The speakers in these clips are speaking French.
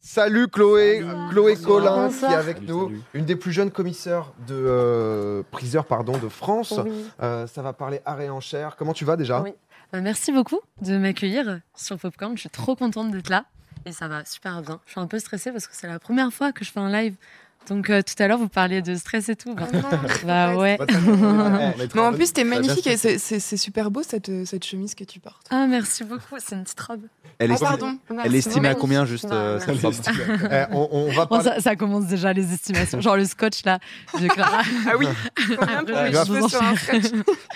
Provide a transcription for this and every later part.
Salut Chloé, Chloé Collin qui Bonsoir. est avec nous, une des plus jeunes commissaires de euh, priseurs pardon de France. Oui. Euh, ça va parler arrêt en chair. Comment tu vas déjà Oui. Euh, Merci beaucoup de m'accueillir sur Popcorn. Je suis trop contente d'être là et ça va super bien. Je suis un peu stressée parce que c'est la première fois que je fais un live. Donc euh, tout à l'heure, vous parliez de stress et tout. Bah, bah ouais. Eh, Mais en plus, t'es magnifique et c'est- c'est c'est super beau cette, euh, cette chemise que tu portes. Ah, merci beaucoup. C'est une petite robe. Elle Ah, est, pardon. elle est estimée à beaucoup. combien juste euh, Bah, cette merci. robe Eh, on, on va Bon, parler. ça, ça commence déjà les estimations. Genre le scotch là de Clara. Ah oui, combien pour les grave. cheveux sur un stretch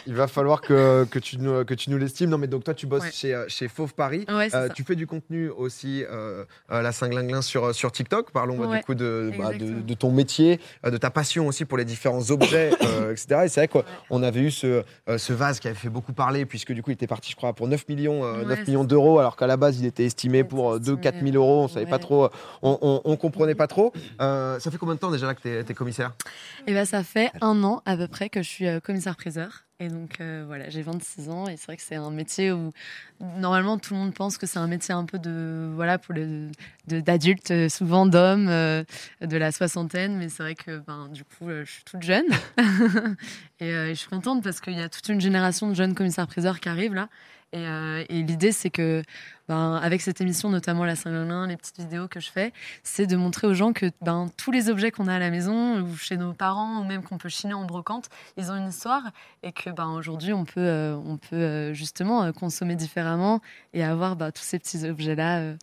Il va falloir que, que tu nous que tu nous l'estimes. Non mais donc toi tu bosses Ouais. chez euh, chez Fauve Paris. Ouais, c'est Euh, ça. tu fais du contenu aussi, euh, euh, la cinglinglin sur, euh, sur TikTok. Parlons bah, Ouais, du coup de, bah, de- exactement. de ton métier, euh, de ta passion aussi pour les différents objets, euh, etc. Et c'est vrai qu'on avait eu ce, euh, ce vase qui avait fait beaucoup parler, puisque du coup il était parti, je crois, pour 9 millions, euh, Ouais, 9 c'est millions d'euros, alors qu'à la base il était Il estimé était pour euh, 2 estimé, 4 000 euros. On savait pas ouais. trop, euh, on, on, on comprenait pas trop. Euh, ça fait combien de temps déjà là que t'es es commissaire Et ben ça fait un an à peu près que je suis euh, commissaire-priseur. Et donc euh, voilà, j'ai 26 ans et c'est vrai que c'est un métier où normalement tout le monde pense que c'est un métier un peu de voilà pour le de- d'adultes, euh, souvent d'hommes euh, de la soixantaine, mais c'est vrai que ben du coup euh, je suis toute jeune et, euh, et je suis contente parce qu'il y a toute une génération de jeunes commissaires-priseurs qui arrivent là. Et, euh, et l'idée c'est que ben, avec cette émission, notamment la Saint-Lin, les petites vidéos que je fais, c'est de montrer aux gens que ben, tous les objets qu'on a à la maison, ou chez nos parents, ou même qu'on peut chiner en brocante, ils ont une histoire et que ben, aujourd'hui, on peut, euh, on peut euh, justement euh, consommer différemment et avoir ben, tous ces petits objets-là. euh,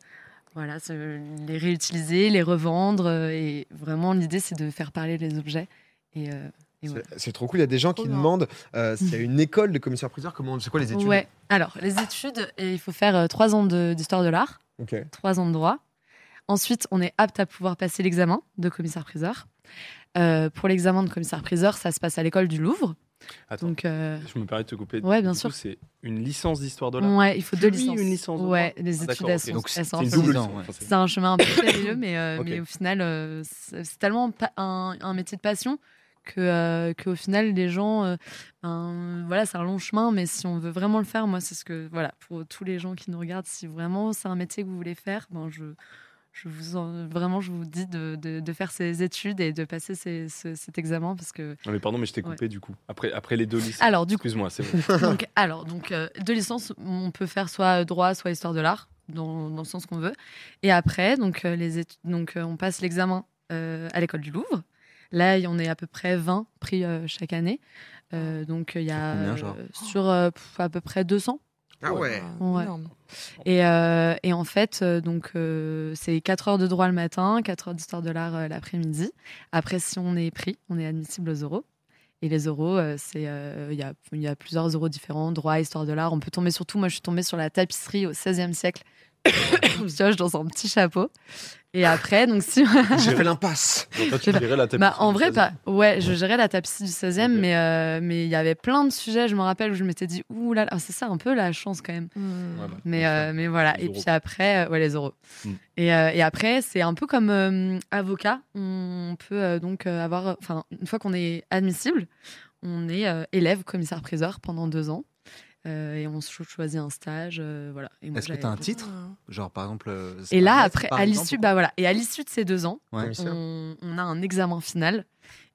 voilà, se- les réutiliser, les revendre. euh, et vraiment, l'idée, c'est de faire parler les objets. Et, euh, et voilà. C'est- C'est trop cool. Il y a des gens qui bien. demandent euh, s'il y a une école de commissaire-priseur. Comment C'est quoi les études Ouais. Alors, les études, et il faut faire euh, trois ans de- d'histoire de l'art. Ok. trois ans de droit. Ensuite, on est apte à pouvoir passer l'examen de commissaire-priseur. Euh, pour l'examen de commissaire-priseur, ça se passe à l'école du Louvre. Attends, Donc, euh, je me permets de te couper. Ouais, bien Du coup, sûr. C'est une licence d'histoire de l'art. ouais, il faut deux Puis licences. une licence de Ouais, droit. les Ah, études, d'accord, elles ok. sont, Donc, elles sont C'est une un peu double longues. licence, licence. C'est un chemin un peu périlleux, mais, euh, Ok. mais au final, euh, c'est c'est tellement pa- un, un métier de passion que euh, qu'au final, les gens, euh, un- voilà, c'est un long chemin, mais si on veut vraiment le faire, moi, c'est ce que, voilà, pour tous les gens qui nous regardent, si vraiment c'est un métier que vous voulez faire, ben je, je vous en- vraiment, je vous dis de, de- de faire ces études et de passer ces- ce- cet examen parce que. Non, mais pardon, mais je t'ai coupé du coup. Après, après les deux licences. Alors, du coup, Excuse-moi, c'est bon. donc, alors, donc, euh, deux licences, on peut faire soit droit, soit histoire de l'art, dans, dans le sens qu'on veut. Et après, donc, euh, les étu- donc euh, on passe l'examen euh, à l'école du Louvre. Là, il y en est à peu près 20 pris euh, chaque année. Euh, donc, euh, il y a combien, genre euh, sur euh, pff, à peu près 200. Ah ouais. Ouais. Énorme. Et, euh, et en fait, euh, donc euh, c'est 4 heures de droit le matin, 4 heures d'histoire de l'art euh, l'après-midi. Après, si on est pris, on est admissible aux euros. Et les euros, euh, c'est euh, il y, a, il y a plusieurs euros différents, droit, histoire de l'art. On peut tomber sur tout. Moi, je suis tombée sur la tapisserie au XVIe siècle. je pioche dans un petit chapeau. Et après, donc si J'ai fait l'impasse. Donc, toi, tu dirais la bah, en tapisserie vrai, de pas. Ouais, je gérais la tapisserie du 16e, Ok. mais euh, mais il y avait plein de sujets, je me rappelle, où je m'étais dit, ouh là là, ah, c'est ça un peu la chance quand même. Hmm. Chazelle. Ouais, bah, Mais, bien euh, sûr. mais voilà. Les Et euros. puis après, euh, ouais, les euros. Mm. Et, euh, et après, c'est un peu comme euh, avocat. On peut euh, donc euh, avoir. Enfin, une fois qu'on est admissible, on est euh, élève commissaire-priseur pendant deux ans. Euh, et on cho- choisit un stage. euh, voilà. Et moi, Est-ce que j'avais- t'as un titre Genre, par exemple. euh, Et là, Spargaz, après, par à exemple l'issue bah, voilà. Et à l'issue de ces deux ans, Ouais. Commissaire. on, on a un examen final.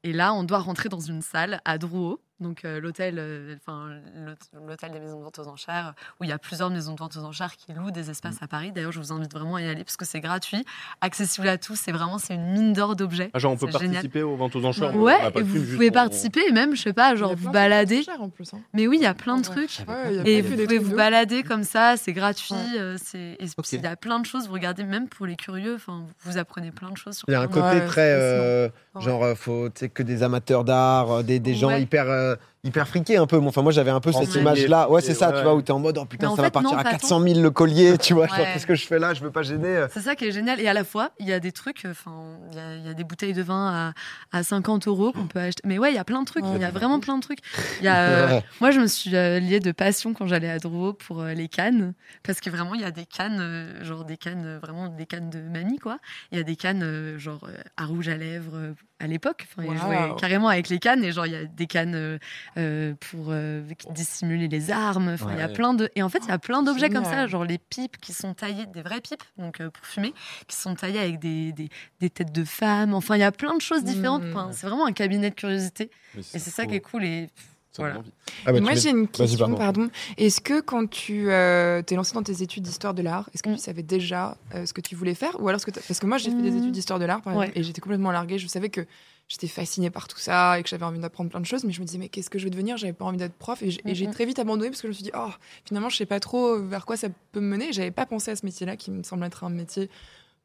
Et là, on doit rentrer dans une salle à Drouot, donc euh, l'hôtel, euh, enfin l'hôte- l'hôtel des maisons de vente aux enchères, euh, où il y a plusieurs maisons de vente aux enchères qui louent des espaces Mm. à Paris. D'ailleurs, je vous invite vraiment à y aller parce que c'est gratuit, accessible à tous. C'est vraiment c'est une mine d'or d'objets. Ah, genre, on peut C'est génial. participer aux ventes aux enchères. on- on Ouais, a pas et de film, vous juste pouvez on- participer, et même je sais pas, genre Il y a vous plein de choses balader. chères, en plus, hein. Mais oui, il y a plein de Ouais. trucs. Ouais, il y a Et pas vous que des pouvez trucs vous de balader comme ça, c'est gratuit. Ouais. euh, c'est- et Ok. Il y a plein de choses, vous regardez même pour les curieux, enfin, vous apprenez plein de choses. Sur Il y a un plein de- côté Ouais, très c'est euh, Ouais. genre euh, faut tu sais, que des amateurs d'art, euh, des, des gens Ouais. hyper euh, hyper friqués un peu. Bon, Enfin moi j'avais un peu cette Renseignés, image là. Ouais c'est friqués, ça ouais, tu vois ouais. où t'es en mode oh putain Mais en ça fait, va partir non, à t'attends. 400 000 le collier tu vois. genre, Ouais. Qu'est-ce que je fais là je veux pas gêner. C'est ça qui est génial. Et à la fois, il y a des trucs, euh, enfin, il y, a- il y a des bouteilles de vin à, à 50 euros qu'on peut acheter. Mais ouais, il y a plein de trucs. Ouais. Il y a vraiment plein de trucs. Il y Ah, a, euh, bah, moi, je me suis euh, liée de passion quand j'allais à Drouot pour euh, les cannes. Parce que vraiment, il y a des cannes, euh, genre des cannes, euh, vraiment des cannes de mamie, quoi. Il y a des cannes, euh, genre euh, à rouge à lèvres euh, à l'époque. Enfin, ils Waouh. jouaient carrément avec les cannes. Et genre, il y a des cannes euh, euh, pour euh, dissimuler les armes. Enfin, il y a Ouais. plein de et en fait, il y a plein d'objets comme ça, génial. genre les pipes qui sont taillées, des vraies pipes, donc euh, pour fumer, qui sont taillées avec des, des, des têtes de femmes. Enfin, il y a plein de choses différentes. Mhm. Enfin, c'est vraiment un cabinet de curiosité et c'est ça qui est cool. Et voilà. Ah bah, moi, tu j'ai une question, pardon. pardon. Est-ce que quand tu euh, t'es lancé dans tes études d'histoire de l'art, est-ce que Mm. tu savais déjà euh, ce que tu voulais faire Ou alors, ce que t'as- parce que moi, j'ai fait des Mm. études d'histoire de l'art, par Ouais. exemple, et j'étais complètement larguée. Je savais que j'étais fascinée par tout ça et que j'avais envie d'apprendre plein de choses, mais je me disais, mais qu'est-ce que je veux devenir J'avais pas envie d'être prof et j'ai et Mm, j'ai mm. très vite abandonné parce que je me suis dit, oh, finalement, je sais pas trop vers quoi ça peut me mener. J'avais pas pensé à ce métier-là qui me semble être un métier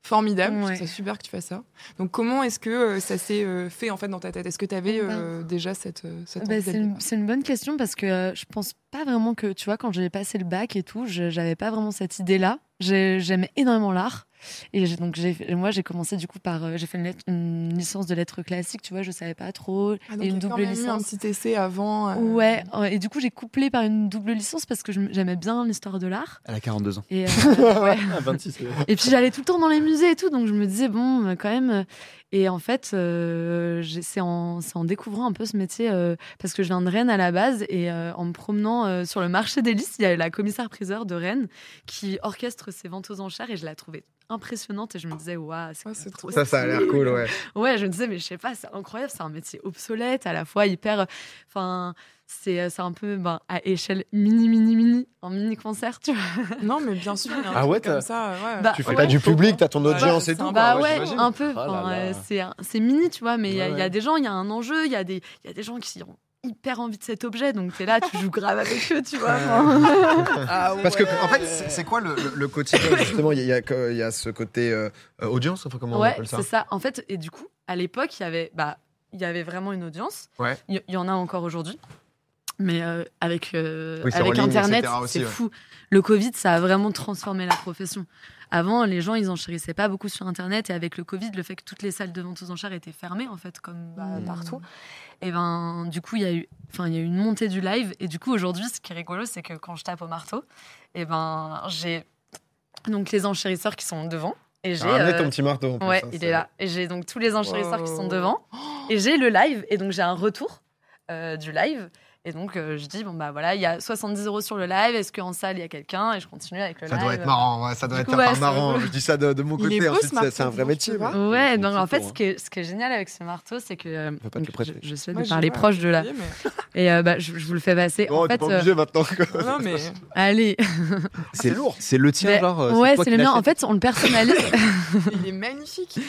formidable. Ouais. Je trouve ça super que tu fasses ça. Donc, comment est-ce que euh, ça s'est euh, fait en fait dans ta tête Est-ce que tu avais déjà cette, euh, cette Eh ben, Bah, envie c'est d'aller- une, c'est une bonne question parce que euh, je pense pas vraiment que, tu vois, quand j'ai passé le bac et tout, je- j'avais pas vraiment cette idée-là. J'ai- J'aimais énormément l'art. Et j'ai- donc, j'ai- moi, j'ai commencé du coup par. euh, j'ai fait une, lettre- une licence de lettres classiques, tu vois, je savais pas trop. Ah, donc et il y une a quand double même eu licence. un petit essai avant. euh, Ouais, euh, et du coup, j'ai couplé par une double licence parce que je- j'aimais bien l'histoire de l'art. Elle a 42 ans. Et, euh, Ah, 26. ouais. Et puis j'allais tout le temps dans les musées et tout, donc je me disais, bon, euh, quand même. euh, Et en fait, euh, j'ai- c'est en, c'est en découvrant un peu ce métier, euh, parce que je viens de Rennes à la base, et euh, en me promenant euh, sur le marché des listes, il y a la commissaire-priseur de Rennes qui orchestre ses ventes aux enchères, et je la trouvais impressionnante, et je me disais, waouh, c'est Ouais, quand c'est même trop trop Ça, ça a l'air stylé. cool, ouais. Ouais, je me disais, mais je sais pas, c'est incroyable, c'est un métier obsolète, à la fois hyper. euh, Enfin, c'est c'est un peu ben, à échelle mini, mini, mini, en mini concert, tu vois. Non, mais bien sûr. il y a un Ah truc ouais, comme t'as- ça. ouais. Bah, Tu fais ouais. t'as du public, t'as ton Voilà, audience c'est et tout. sympa. Bah ouais, ouais, j'imagine. un peu. Oh là Enfin, là. euh, c'est un- c'est mini, tu vois, mais il y a- Ouais, il y, a ouais. des gens, il y a un enjeu, il y, a des- il y a des gens qui ont hyper envie de cet objet, donc t'es là, tu joues grave avec eux, tu vois. enfin. Ah Parce que, en fait, c'est c'est quoi le, le- le quotidien Justement, il y, a- il y a que- il y a ce côté euh, euh, audience, enfin, comment on ouais, appelle ça c'est ça. En fait, et du coup, à l'époque, il y avait, bah, il y avait vraiment une audience. Ouais. Il y, il y en a encore aujourd'hui. Mais euh, avec, euh, Oui, c'est en avec ligne, Internet, etc. aussi, c'est ouais. fou. Le Covid, ça a vraiment transformé la profession. Avant, les gens, ils en chérissaient pas beaucoup sur Internet. Et avec le Covid, le fait que toutes les salles de vente aux enchères étaient fermées, en fait, comme bah, Mm. partout, et ben, du coup, il y, a eu, enfin, il y a eu une montée du live. Et du coup, aujourd'hui, ce qui est rigolo, c'est que quand je tape au marteau, et ben, j'ai donc les enchérisseurs qui sont devant. Et j'ai Ah, Ramenez euh, ton petit marteau. en plus, Ouais, hein, il c'est- est là. Et j'ai donc tous les enchérisseurs qui sont Wow. devant. Et j'ai le live. Et donc, j'ai un retour euh, du live. Et donc, euh, je dis, bon, bah voilà, il y a 70 euros sur le live. Est-ce qu'en salle, il y a quelqu'un Et je continue avec le Ça live. doit être marrant, ouais, ça doit Du être coup, enfin, ouais, c'est- marrant. Je dis ça de, de mon Il côté. est beau, ce ensuite, c'est- c'est un marteau, vrai dis donc, tu métier. vois. mais- Ouais, C'est donc en fait, court, ce qui, est, ce qui est génial avec ce marteau, c'est que. euh, pas te le donc, je, prêter. je souhaite Moi, de j'ai parler pas. proche de là. Oui, mais- Et euh, bah, je, je vous le fais passer. Bon, en t'es fait, pas euh, obligé maintenant. quoi. Non, mais allez. Ah, C'est lourd. C'est le tien, Mais- genre. euh, ouais, toi c'est qui le mien. l'achètes. En fait, on le personnalise. il est magnifique.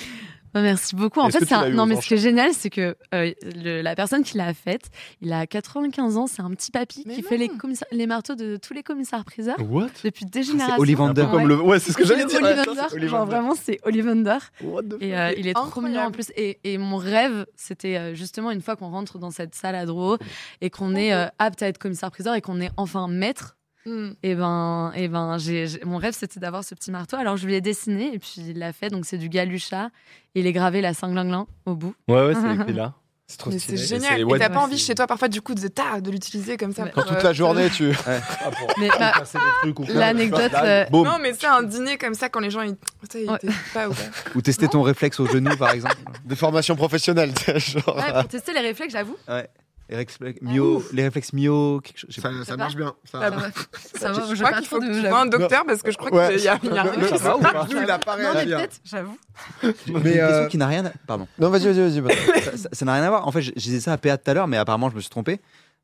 Ouais, merci beaucoup. En Est-ce fait, que tu c'est un- l'as eu non, aux mais ce qui est génial, c'est que euh, le- la personne qui l'a faite, il a 95 ans. C'est un petit papy Mais qui non. fait les, commissar- les marteaux de tous les commissaires-priseurs What depuis des C'est générations. Ollivander. Un peu comme le- Ouais, c'est ce que C'est j'allais le dire. Ollivander, Attends, c'est genre Ollivander. vraiment c'est Ollivander What the et euh, il est trop Incroyable. mignon en plus et, et mon rêve c'était euh, justement une fois qu'on rentre dans cette salle à Drouot et qu'on est euh, apte à être commissaire-priseur et qu'on est enfin maître Mm. et ben, et ben j'ai- j'ai- mon rêve, c'était d'avoir ce petit marteau. Alors, je lui ai dessiné et puis il l'a fait. Donc, c'est du galucha. Et il est gravé la cinglinglin au bout. Ouais, ouais, c'est écrit là. C'est trop Mais c'est stylé. génial. c'est- Et ouais, t'as ouais, pas envie c'est- chez toi parfois du coup de, ta- de l'utiliser comme ça. Quand pour, Toute euh, la journée, tu. Mais bah, Passer des trucs ou quoi. l'anecdote, Là, euh, boum. Non, mais c'est un dîner comme ça quand les gens ils. oh, Ça, ils Ouais. étaient pas ou pas. Ou tester ton réflexe au genou, par exemple. Des formations professionnelles, tu sais, genre. ouais, pour tester les réflexes, j'avoue. Les réflex- Ah, myo- les réflexes myo, quelque chose. je sais pas. Ça, ça pas. marche bien. ça- Ça va, ça va, Ah, bah, Je j'ai crois pas qu'il trop faut que de- tu j'avoue. vois un docteur parce que je crois Ouais. qu'il y a il y a Le- rien. le- qui se passe. Lui, il a pas Non, mais réagi. hein. peut-être, j'avoue. J'ai une Mais, question euh, qui n'a rien à... Pardon. Non, vas-y, vas-y, vas-y. Ça- ça- Ça n'a rien à voir. En fait, je je disais ça à PA tout à l'heure, mais apparemment, je me suis trompé.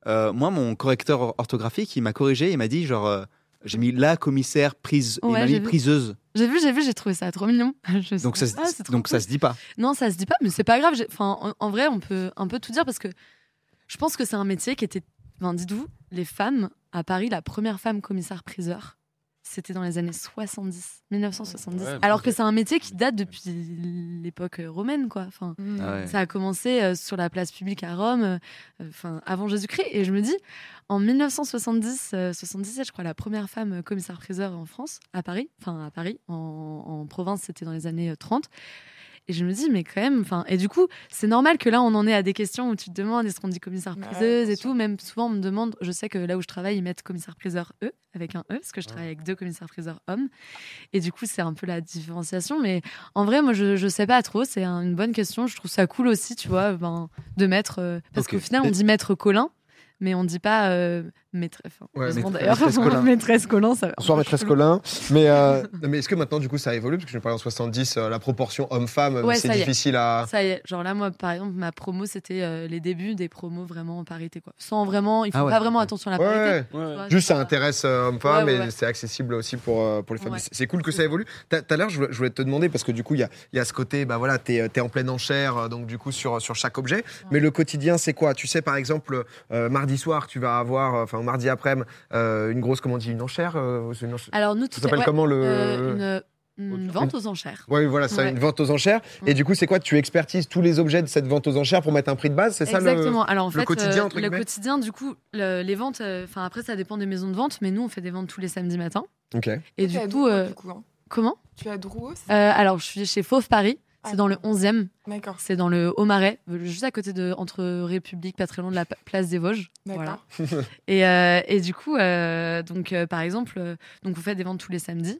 Euh, moi, mon correcteur or- orthographique, il m'a corrigé. Il m'a dit, genre, euh, j'ai mis la commissaire prise. il Ouais, m'a j'ai mis vu. priseuse. J'ai vu, j'ai vu, j'ai trouvé ça trop mignon. Je Donc, ça, sais se- pas, c'est trop donc ça cool. se dit pas. Non, ça se dit pas, mais c'est pas grave. J'ai- Enfin, en, en vrai, on peut un peu tout dire parce que je pense que c'est un métier qui était. Enfin, dites-vous, les femmes à Paris, la première femme commissaire-priseur, c'était dans les années 70, 1970. Ouais, alors ok. que c'est un métier qui date depuis l'époque romaine, quoi. Enfin, Mm. Ah ouais. ça a commencé euh, sur la place publique à Rome, euh, euh, enfin avant Jésus-Christ. Et je me dis, en 1970, euh, 77, je crois, la première femme euh, commissaire-priseur en France, à Paris, enfin à Paris, en, en province, c'était dans les années euh, 30. Et je me dis, mais quand même, enfin, et du coup, c'est normal que là, on en est à des questions où tu te demandes est-ce qu'on dit Ouais, commissaire-priseuse bien et sûr. tout. Même souvent, on me demande, je sais que là où je travaille, ils mettent commissaire-priseur E, avec un E, parce que je travaille avec deux commissaires-priseurs hommes. Et du coup, c'est un peu la différenciation. Mais en vrai, moi, je, je sais pas trop. C'est un- une bonne question. Je trouve ça cool aussi, tu vois, ben, de mettre. euh, parce Ok. qu'au final, on Et- dit maître Colin. mais on dit pas euh, maîtresse. enfin, Ouais, heureusement, maîtresse- maîtresse d'ailleurs, Colin. maîtresse Colin, ça. Bonsoir maîtresse Colin. Mais, euh, non, mais est-ce que maintenant, du coup, ça évolue Parce que je parlais en 70, euh, la proportion homme-femme, euh, Ouais, c'est ça y est. difficile à. Ça y est, genre là, moi, par exemple, ma promo, c'était euh, les débuts des promos vraiment en parité, quoi. Sans vraiment, ils font Ah ouais. pas vraiment attention à la Ouais, parité. ouais. Ouais, ouais. tu vois, Juste, ça c'est pas- intéresse euh, hommes-femmes Ouais, ouais, et ouais. c'est accessible aussi pour, euh, pour les femmes. Ouais. C'est- C'est cool que ça évolue. T'as- Tout à l'heure, je voulais je voulais te demander, parce que du coup, il y a, il y a ce côté, bah voilà, t'es es en pleine enchère, euh, donc du coup, sur, sur chaque objet. Mais le quotidien, c'est quoi Tu sais, par exemple, euh, mardi soir, tu vas avoir, euh, enfin, mardi après-midi, euh, une grosse, comment on dit, une enchère euh, c'est une enchère- Alors nous, tout Ça est- s'appelle ouais, comment le. euh, une, une vente aux enchères. Oui, voilà, ça, Ouais. une vente aux enchères. Et Ouais. du coup, c'est quoi Tu expertises tous les objets de cette vente aux enchères pour mettre un prix de base, c'est ça le- Exactement. Alors en le fait, quotidien, euh, entre le guillemets quotidien, du coup, le- les ventes. euh, Enfin après, ça dépend des maisons de vente, mais nous, on fait des ventes tous les samedis matins. Ok. Et Tu es à du coup, Drouot, euh, du coup, hein. comment Tu es à Drouot, c'est ça Euh, Alors, je suis chez Fauve Paris. Ah. C'est dans le 11e, D'accord, c'est dans le Haut-Marais, juste à côté de entre République, pas très loin de la pa- place des Vosges. d'accord. Voilà. Et, euh, et du coup, euh, donc, euh, par exemple, euh, donc on fait des ventes tous les samedis.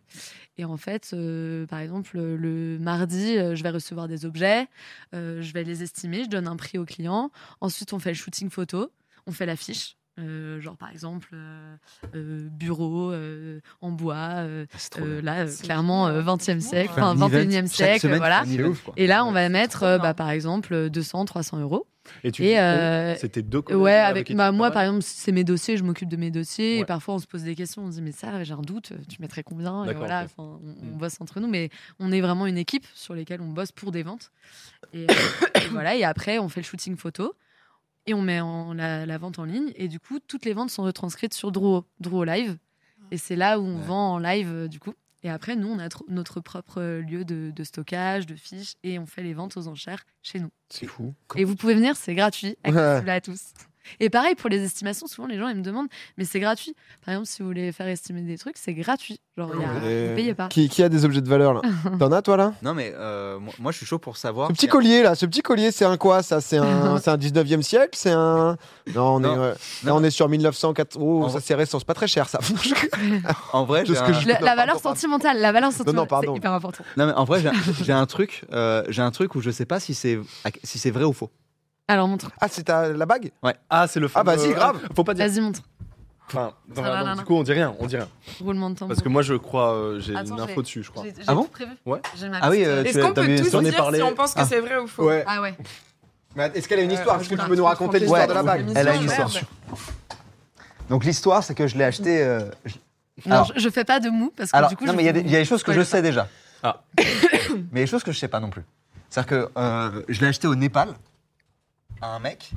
Et en fait, euh, par exemple, euh, le mardi, euh, je vais recevoir des objets, euh, je vais les estimer, je donne un prix au client. Ensuite, on fait le shooting photo, on fait l'affiche. euh, genre par exemple euh, euh, bureau euh, en bois euh, Ah, C'est trop euh, bien. là euh, C'est clairement cool. euh, 20e siècle Faire enfin un event 21e chaque siècle semaine, voilà faire un event, ouf, quoi. et là on va trop mettre euh, bien. bah, par exemple euh, 200 300 euros Et tu et dis, euh, oh, c'était deux collègues Ouais, avec, qui bah, tu moi, par travailles exemple, c'est mes dossiers, je m'occupe de mes dossiers. Ouais. Et parfois, on se pose des questions, on se dit, mais ça, j'ai un doute, tu mettrais combien Et D'accord, voilà, ok. enfin, on, on Mm. bosse entre nous. Mais on est vraiment une équipe sur laquelle on bosse pour des ventes. Et, euh, et voilà, et après, on fait le shooting photo et on met en, la, la vente en ligne. Et du coup, toutes les ventes sont retranscrites sur Drouot, Drouot Live. Et c'est là où on Ouais. vend en live, euh, du coup. Et après, nous, on a tr- notre propre euh, lieu de, de stockage, de fiches, et on fait les ventes aux enchères chez nous. C'est fou. Et vous pouvez venir, c'est gratuit, Ouais. accessible à tous. Et pareil pour les estimations, souvent les gens ils me demandent, mais c'est gratuit. Par exemple, si vous voulez faire estimer des trucs, c'est gratuit. Genre, il y a- Ouais. Oh vous payez pas. Qui, qui a des objets de valeur là T'en as toi là Non, mais euh, moi, moi, je suis chaud pour savoir. Ce petit collier là, ce petit collier, c'est un quoi ça C'est un, c'est un 19e siècle C'est un. Non, on, Est, Non. euh, là, Non. on est sur 1904. Oh, En ça vrai- c'est récent, c'est pas très cher ça. En vrai, Tout j'ai ce que un- je- Le- la pardon, valeur pardon. sentimentale, la valeur sentimentale, pardon. c'est hyper important. non, mais en vrai, j'ai un- j'ai un truc, euh, j'ai un truc où je sais pas si c'est si c'est vrai ou faux. Alors montre, ah, c'est ta- la bague Ah, c'est le Ah, fameux- euh, vas-y, grave. Faut pas dire. vas-y montre. Enfin, non, va, non, non, non. du coup, on dit rien, on dit rien. Roulement de tambour. Parce que moi, je crois, euh, j'ai Attends, une je info vais- dessus, je crois. J'ai- j'ai Ah bon tout prévu. Ouais. J'ai ma Ah oui, petite- euh, Est-ce tu as- qu'on t'as peut vu- tous j'en ai dire parlé. si on pense que Ah. c'est vrai ou faux Ouais. Ah ouais. Mais est-ce qu'elle a une Euh, histoire Est-ce que tu peux nous raconter Ouais, l'histoire de la bague elle Elle a une Merde. histoire. Donc l'histoire, c'est que je l'ai acheté. euh, je- Non, Alors- je, je fais pas de mou parce que Alors, du coup. non, je- mais il y, a des- il y a des choses que je sais spoil déjà. Ah. mais il y a des choses que je sais pas non plus. C'est-à-dire que euh, je l'ai acheté au Népal à un mec.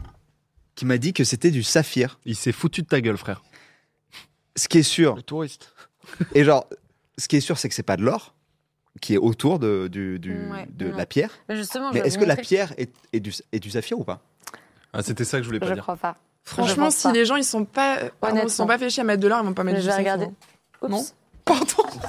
Qui m'a dit que c'était du saphir. Il s'est foutu de ta gueule, frère. Ce qui est sûr, touriste. et genre, ce qui est sûr, c'est que c'est pas de l'or qui est autour de, du- du- Ouais, de non. la pierre. Mais justement, je Mais vais est-ce vous que la montrer. pierre est, est du, est du saphir ou pas Ah, c'était ça que je voulais pas Je dire. crois pas. Je Franchement, pense si pas. les gens ils sont pas, euh, pardon, ils sont Honnêtement. pas fait chier à mettre de l'or, ils vont pas mettre Mais du je vais saphir, regarder. non. Oups. Non. Pardon.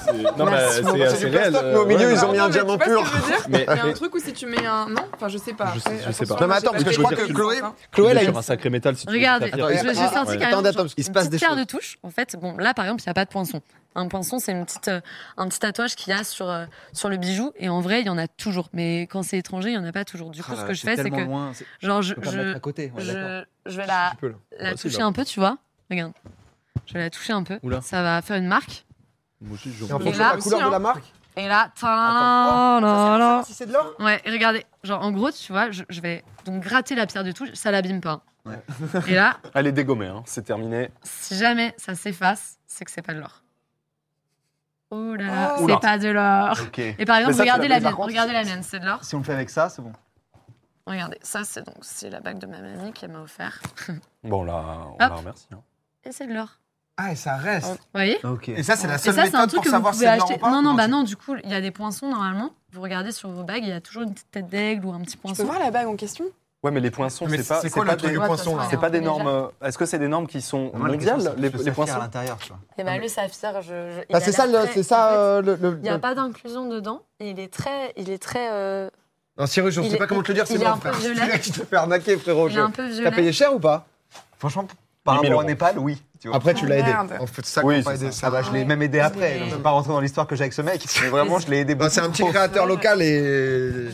C'est- Non, mais Merci beaucoup. c'est C'est assez du réel. plastoc, mais au euh, milieu, ouais. ils ont mis un Non, mais diamant tu vois pur. ce que je veux dire Mais- Il y a un truc où si tu mets un. Non, enfin, je sais pas. Je sais- Après, je sais pas. attention, Non, mais j'ai attends, parce que je fait crois de que calcul, Chloé- hein. Chloé, elle a Sur une. un sacré métal, si tu veux Regardez, faire je faire- je suis Ah, sorti ouais. quand même. Attendez, attends, genre, parce qu'il se une passe petite des pierre choses. de touche. En fait, bon, là par exemple, il n'y a pas de poinçon. Un poinçon, c'est une petite, euh, un petit tatouage qu'il y a sur, euh, sur le bijou. Et en vrai, il y en a toujours. Mais quand c'est étranger, il n'y en a pas toujours. Du coup, ce que je fais, c'est que Loin, Ah c'est- genre, je, je peux pas me mettre je, à côté. ouais, d'accord. je, je vais la, Tu peux, là. la Ouais, c'est toucher là. un peu, tu vois. Regarde. Je vais la toucher un peu. Oula. Ça va faire une marque. Moi aussi, je- Et en Mais fonction là Ah, de la couleur aussi, de la hein. marque Et là, Attends, ta la la. Si c'est de l'or Ouais, et regardez. Genre, en gros, tu vois, je, je vais donc gratter la pierre de touche. Ça l'abîme pas. Ouais. Et là, Allez, dégommée, hein. c'est terminé. Si jamais ça s'efface, c'est que c'est pas de l'or. Oh là là, Oh. Oula. c'est pas de l'or. Ok. Et par exemple, ça, tu regardez l'as la pris, mienne, par contre, regardez la c'est- mienne, c'est de l'or. Si on le fait avec ça, c'est bon. Regardez, ça c'est donc c'est la bague de ma mamie qu'elle m'a offert Bon, là, on Hop. la remercie. hein. et c'est de l'or. Ah, et ça reste. Vous voyez Ok. Et ça, c'est la Et seule ça c'est un méthode truc pour que vous savoir si pouvez c'est de l'or acheter. ou pas Non non bah tu- non, du coup, il y a des poinçons normalement. Vous regardez sur vos bagues, il y a toujours une petite tête d'aigle ou un petit Je peux poinçon. voir la bague en question Ouais, mais les poinçons, Mais c'est pas. c'est quoi pas le truc des- de Ouais, poinçon ça, Ah, là ça, C'est pas des Déjà. normes. euh, Est-ce que c'est des normes qui sont Ah, Moi, la mondiales, question, c'est les, le les saphir à poinçons l'intérieur, tu vois. Et bah le saphir, je, je- il Ah, a c'est l'air ça, le- très- c'est ça en fait, euh, le. le- Il n'y a le- pas d'inclusion dedans. et Il est très, il est très, euh, Non, Cyrus, je il sais est- pas comment te le dire, il c'est est moi, un peu frère. C'est violet. là qui te fait arnaquer, frérot. il est je- un peu T'as violet. payé cher ou pas Franchement, par 1000 rapport à euros. Népal, oui. tu vois. Après, tu Ah, l'as aidé. merde. En fait, ça Oui, qu'on c'est pas aidé. Ah bah, je l'ai Ouais. même aidé après. Mais- Donc, je vais pas rentrer dans l'histoire que j'ai avec ce mec. Mais vraiment, je l'ai aidé Non, beaucoup. Bah, C'est un petit trop. créateur local et.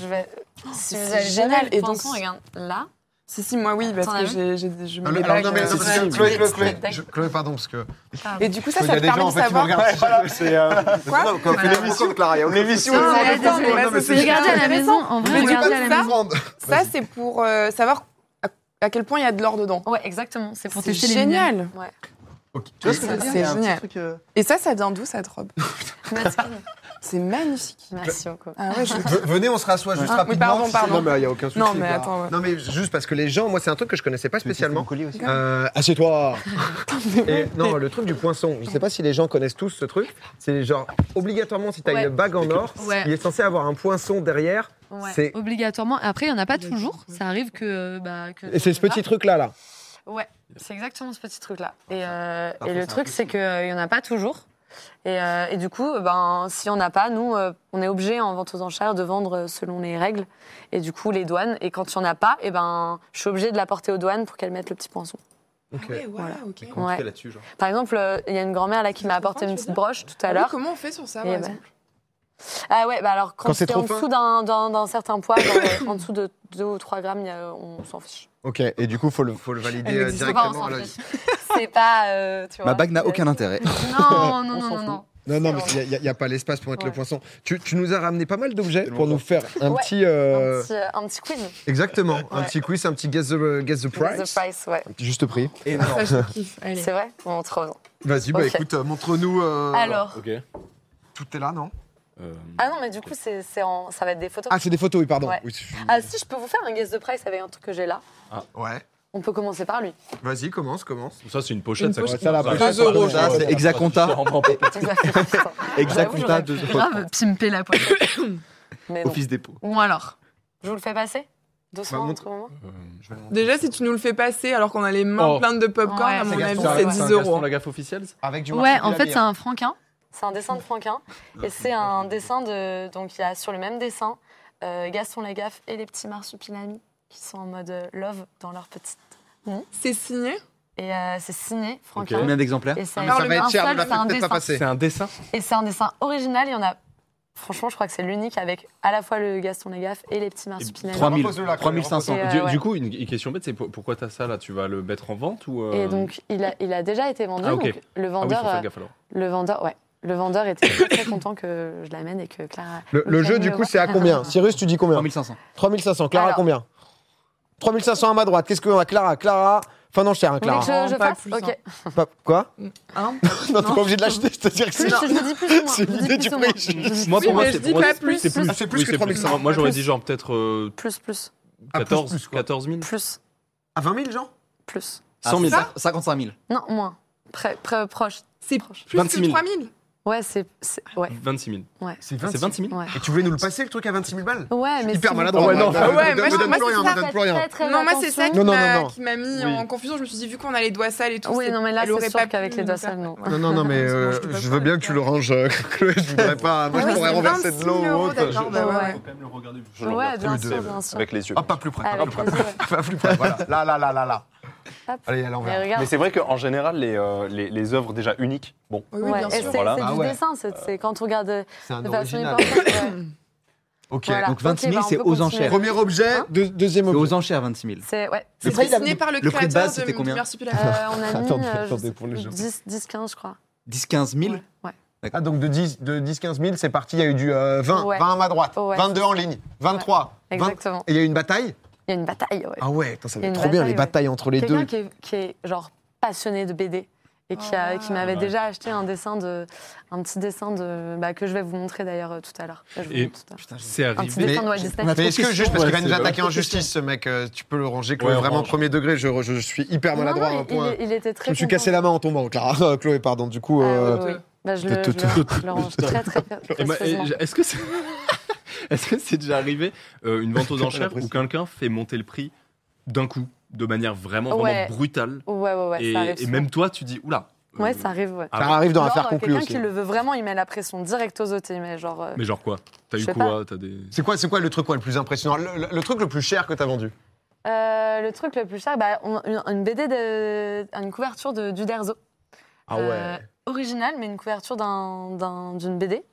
Je vais. Si c'est vous avez génial. jamais le Et donc- poinçon, regarde là. Si, si, moi oui, parce T'en as que vu j'ai- j'ai- je mets Ah, le- des alors, bagues, non, mais euh, non, sur mais- la- Chloé, Chloé, petite Chloé, bague. je- Chloé, pardon, parce que. Pardon. Et du coup, ça, Il y ça a te des gens, permet en de fait, qui me savoir. regardent. c'est euh, Quoi Non, quand on fait Voilà. l'émission de Clara, il y a autre chose. l'émission. Non, Vous mais allez attends, Ah, désolé. mais bah, ça, c'est Regardez à la intéressant. maison, en Mais vrai, tu peux regardez à nous la maison. prendre. Ça, c'est pour euh, savoir à, à quel point il y a de l'or dedans. Ouais, exactement. C'est pour C'est tester les génial. lumières. Ouais. Ok. Tu vois ce que je veux C'est dire Il y a un petit génial. truc, euh, Et ça, ça vient d'où cette robe Merci. C'est magnifique. Merci beaucoup. Ah ouais, je- Ve- Venez, on se rassoit juste Ah, oui, rapidement. pardon, pardon. Non, mais il n'y a aucun souci. Non, mais bah. attends, ouais. Non, mais juste parce que les gens, moi, c'est un truc que je connaissais pas tu veux tester spécialement. mon collier aussi Euh, Assieds-toi Et Non, le truc du poinçon, je sais pas si les gens connaissent tous ce truc. C'est genre, obligatoirement, si tu as Ouais. une bague en or, Ouais. il est censé avoir un poinçon derrière. C'est- Obligatoirement. Après, il n'y en a pas toujours. Ça arrive que. euh, Bah, que Et c'est ce petit truc-là, là. Ouais, Ah, c'est exactement ce petit truc-là. Et, euh, Parfois, et c'est le un truc, peu c'est qu'il n'y en a pas toujours. Et, euh, et du coup, ben, si on n'a pas, nous, euh, on est obligé en vente aux enchères de vendre euh, selon les règles et du coup les douanes. Et quand il n'y en a pas, et ben, je suis obligée de la porter aux douanes pour qu'elles mettent le petit poinçon. Ok. Ah ouais, wow, Voilà. ok. Comment tu fais là-dessus, genre Par exemple, euh, il y a une grand-mère là qui C'est m'a trop apporté fin, une tu petite veux broche tout à Ah oui, l'heure. comment on fait sur ça, Eh par ben. exemple Ah ouais, bah alors quand, Quand c'est c'est trop en fin dessous d'un, d'un- d'un certain poids, quand, euh, en dessous de 2 ou 3 grammes, il y a- on s'en fiche. Ok, et du coup, faut le, faut le valider Elle euh, n'existe Enfin, directement. on s'en à la- fiche. C'est pas. euh, tu Ma vois, bague n'a c'est- aucun intérêt. Non, non, On non, s'en non, non. Non, non, mais C'est il n'y a, pas l'espace pour mettre le Ouais. poinçon. Tu, tu nous as ramené pas mal d'objets pour longtemps. nous faire un Ouais. petit, euh, Un, petit, euh, un petit quiz. Exactement, un Ouais. petit quiz, un petit guess the, guess the price. The price, ouais. Un petit Juste prix. Ça, je kiffe. Allez. C'est vrai Bon, on te revient. Vas-y, bah Ok. écoute, euh, montre-nous. euh, Alors. Ok. Tout est là, non Euh, Ah non, mais du coup, c'est, c'est en... ça va être des photos. Ah, c'est des photos, oui, pardon. Ouais. Oui, je- Ah, si, je peux vous faire un guess de price avec un truc que j'ai là. ouais. On peut commencer par lui. Vas-y, commence, commence. Ça, c'est une pochette. Une ça pochette. coûte- là, ça- deux ça- euros, ça, je c'est crois. Exacta. Je Exacta, deux euros. Grave, pimper la pochette. mais non. Office dépôt. Bon, alors. Je vous le fais passer Bah, Doucement, montre- entre moment. Déjà, si tu nous le fais passer alors qu'on a les mains Oh. pleines de popcorn, Ouais. à mon C'est avis, Gaston, c'est ouais. 10 euros. la gaffe officielle Avec du Ouais, en fait, c'est un franquin. C'est un dessin de franquin. Et c'est un dessin de. Donc, il y a sur le même dessin euh, Gaston Lagaffe et les petits marsupilamis qui sont en mode euh, love dans leur petite. C'est signé Et euh, c'est signé, franquin. Combien d'exemplaires Et c'est Ah, mais un ça va être cher, seul, on l'a c'est un peut-être pas dessin. passé. un dessin. Et c'est un dessin original, il y en a. Franchement, je crois que c'est l'unique avec à la fois le Gaston Lagaffe et les petits marsupilalis. 3000, Repose-le là, 3500. repose-le. Du, Et, euh, du coup, une une question bête, c'est pour- pourquoi t'as ça là Tu vas le mettre en vente ou euh, Et donc, il a, il a déjà été vendu. Ah, ok. donc le Ah oui, vendeur, faut euh, faire gaffe alors. le vendeur, ouais, le vendeur était très, très content que je l'amène et que Clara. Le, le jeu, du coup, c'est à combien Cyrus, tu dis combien 3500. 3500. Clara, Alors. combien 3500 à ma droite. Qu'est-ce qu'on a Clara, Clara. Fin d'enchère, hein, Vous voulez Clara. que je, je Pas fasse plus, Ok. Pas- Quoi Hein Non, t'es Non. pas obligé de l'acheter, je te dire que c'est. Plus, je vous dis plus ou moins. C'est Je vous dis l'idée plus du ou moins. prix. Je vous dis Moi, pour Oui, moi, c'est mais je dis pour moi, pas c'est plus. plus. Ah, c'est plus Oui, que 3500. Moi, j'aurais Plus. dit genre peut-être euh, Plus, plus, Ah, plus, 14 plus, quoi. 14 000 plus, À 20 000, gens plus. 100 000. 55 000. Non, moins. Près, près, proche. C'est proche. plus 26 que 000. 3 000. Ouais, c'est, c'est- ouais, 26 000. C'est Ah, C'est 26 000 ouais. Et tu voulais nous le passer, le truc à 26 000 balles Ouais, mais Hyper si- maladroit. Ouais, non. me donne- Ouais, me moi, donne moi, plus c'est rien, ça, me donne plus rien. Non, moi, c'est ça qui Non, non, non, m'a- non. qui m'a mis Oui. en confusion. Je me suis dit, vu qu'on a les doigts sales et tout, Oui, c'est- non, mais là, elle aurait c'est pas sûr qu'avec pu les nous doigts faire. sales, non. Non, non, non, mais Parce que moi, euh, je peux pas je faire veux bien le que tu le ranges, euh, Chloé. Je voudrais pas. Moi, Ah je ouais, pourrais c'est renverser de l'eau 26 ou 000 euros, autre. d'accord, Je- bah ouais. quand même le regarder. je le Ouais, regarde bien tous les sûr, deux, bien sûr. Avec les yeux. Ah, pas plus près. Avec les yeux, ouais. Pas plus près. Voilà. Là, là, là, là, là. Hop. Allez, à l'envers. Mais regarde, Mais c'est vrai qu'en général, les, euh, les, les œuvres déjà uniques, bon, Oui, oui, Ouais, bien et sûr. Ah, c'est Voilà. c'est Ah du ouais. dessin, c'est c'est quand on regarde de C'est un de façon original. hyper. ouais. Ok. Voilà. donc 26 000, Ok, bah, on c'est peut aux continuer. enchères. Premier objet, Hein deux- deuxième C'est objet. aux enchères 26 000. C'est ouais. C'est prix, il a- dessiné par le le prix de créateur base, c'était de combien Euh, Multiversipulaire. on a mis Attendez, euh, je attendez, sais- pour les gens. 10, 10, 15 je crois. 10 15 000 Ouais. ouais. Ah, donc de 10, de 10 15 000, c'est parti. Il y a eu du euh, 20, Ouais. 20 à ma droite, Ouais. 22 en ligne, 23. 20. Exactement. Et il y a eu une bataille Il y a une bataille. Ouais. Ah ouais, putain, ça Il y va a être une trop bien, bataille, les ouais. batailles entre les Quelqu'un deux. qui, est- qui est genre passionné de BD et qui, a- qui m'avait Ah, Ouais. déjà acheté un dessin de un petit dessin de bah, que je vais vous montrer d'ailleurs euh, tout à l'heure. Là, je vous Et- montre tout Ah, à l'heure. C'est Un petit arrivé. dessin de Walt j'ai- Disney. on a Mais est-ce que Question, juste parce qu'il va ouais, nous c'est attaquer en vrai. justice, ce mec, euh, tu peux le ranger, Chloé, Ouais, vraiment range. premier degré, je, je- je suis hyper Non, maladroit à non, un il- point. il, il était très Je me suis content. cassé la main en tombant, Clara. Chloé, pardon, du coup. Ah, euh, oui, oui. Bah, je, le, te- je, te- le- je le range très très Emma, précieusement. eh, Est-ce que c'est est-ce que c'est déjà arrivé euh, une vente aux enchères J'apprécie. où quelqu'un fait monter le prix d'un coup, de manière vraiment Ouais. vraiment brutale Ouais ouais ouais. et, ça arrive et souvent. même toi, tu dis oula. euh, Ouais ça arrive ouais. ah Ça ouais. arrive dans Genre, l'affaire conclue euh, Quelqu'un aussi. qui le veut vraiment, il met la pression direct aux autres. Il met genre. euh, Mais genre quoi T'as Je eu sais quoi T'as des. C'est quoi, c'est quoi le truc quoi, le plus impressionnant le, le- le truc le plus cher que t'as vendu Euh, le truc le plus cher, bah, on- une, une BD, de, une couverture de, du Derzo. Ah Euh, originale, mais une couverture d'un- d'un- d'une BD.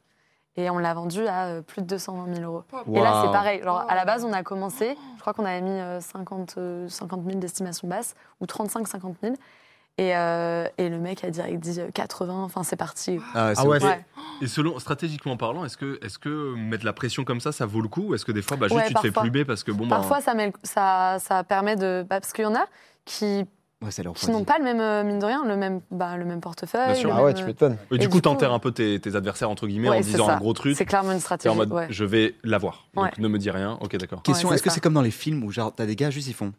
Et on l'a vendu à euh, plus de 220 000 euros. Pop. Et là, c'est Waouh. pareil. Genre, à la base, on a commencé, Oh. je crois qu'on avait mis euh, 50, euh, 50 000 d'estimation basse, ou 35-50 000. Et, euh, et le mec a direct dit euh, 80, enfin c'est parti. Ah, c'est Ah ouais, ouf. c'est- Ouais. Et selon, stratégiquement parlant, est-ce que, est que mettre la pression comme ça, ça vaut le coup Ou est-ce que des fois, bah, juste Ouais, tu te fais parfois. plumer parce que bon, bah, Parfois, ça, met le- ça, ça permet de. bah, parce qu'il y en a qui, Ouais, ça leur qui n'ont pas le même, euh, mine de rien, le même, bah, le même portefeuille. Bien sûr. le Ah ouais, même, tu euh, m'étonnes. et et du coup, du coup, t'enterres un peu tes, tes adversaires, entre guillemets, en Ouais, c'est disant ça. un gros truc. C'est clairement une T'es stratégie. en mode, ouais. je vais l'avoir. Donc Ouais. ne me dis rien. Ok, d'accord. Question Ouais, est-ce que c'est c'est comme dans les films où genre t'as des gars juste ils font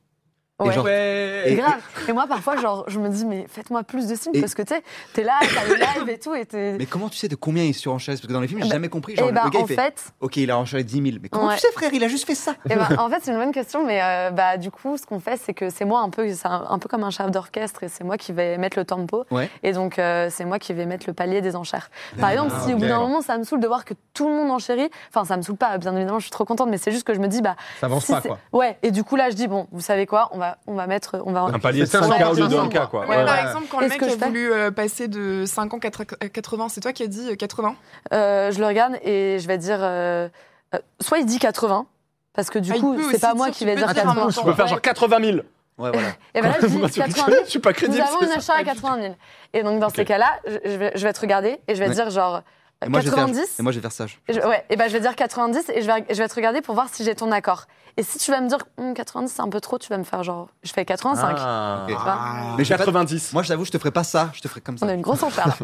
Et Ouais. genre- Et Et- grave. Et moi, parfois, genre, je me dis, mais faites-moi plus de signes Et- parce que tu sais, t'es là, t'as le live et tout. Et, t'es- Mais comment tu sais de combien ils surenchérissent Parce que dans les films, j'ai Bah, jamais compris. Genre, et bah, le gars, en il fait fait, Ok, il a enchaîné 10 000. Mais comment Ouais. tu sais, frère Il a juste fait ça. eh ben, en fait c'est une bonne question, mais euh, bah, du coup, ce qu'on fait, c'est que c'est moi un peu, c'est un, un peu comme un chef d'orchestre et c'est moi qui vais mettre le tempo. Ouais. Ah, Et donc, euh, c'est moi qui vais mettre le palier des enchères. Par exemple, si au bout d'un moment, ça me saoule de voir que tout le monde enchérit, enfin, ça me saoule pas, bien évidemment, je suis trop contente, mais c'est juste que je me dis, bah. Ça avance si pas, c'est- quoi. Ouais, et du coup, là, je dis, bon, vous savez quoi, on va, on va mettre. On va... Un palier de C'est ça, 5K au lieu de ouais. 1K, quoi. Ouais, Ouais. Par exemple, quand le Est-ce mec que je a fais voulu euh, passer de 5 ans à 80, c'est toi qui as dit euh, 80 Euh, je le regarde et je vais dire. euh, euh, soit il dit 80, parce que du Ah, il coup, peut c'est aussi pas dire, moi tu qui vais peux dire dire un 80. montant. Je peux faire genre 80 000. Ouais, voilà. Et ben là, je dis Moi, Bah, tu- 80 000. Je suis pas Nous crédible. avons c'est une achat ça. à 80 000. Et donc, dans ces Ok. cas-là, je, je vais, je vais te regarder et je vais Ouais. dire genre euh, Et moi, je vais faire- 90. Et moi, je vais faire ça. je- Et je- ouais, et ben je vais dire 90 et je vais, je vais te regarder pour voir si j'ai ton accord. Et si tu vas me dire Hum, 90 c'est un peu trop, tu vas me faire genre je fais 85. Ah. Ok. Tu vois Mais je vais pas- 90. Moi, je t'avoue, je te ferai pas ça. Je te ferai comme On ça. a une grosse enfer. là.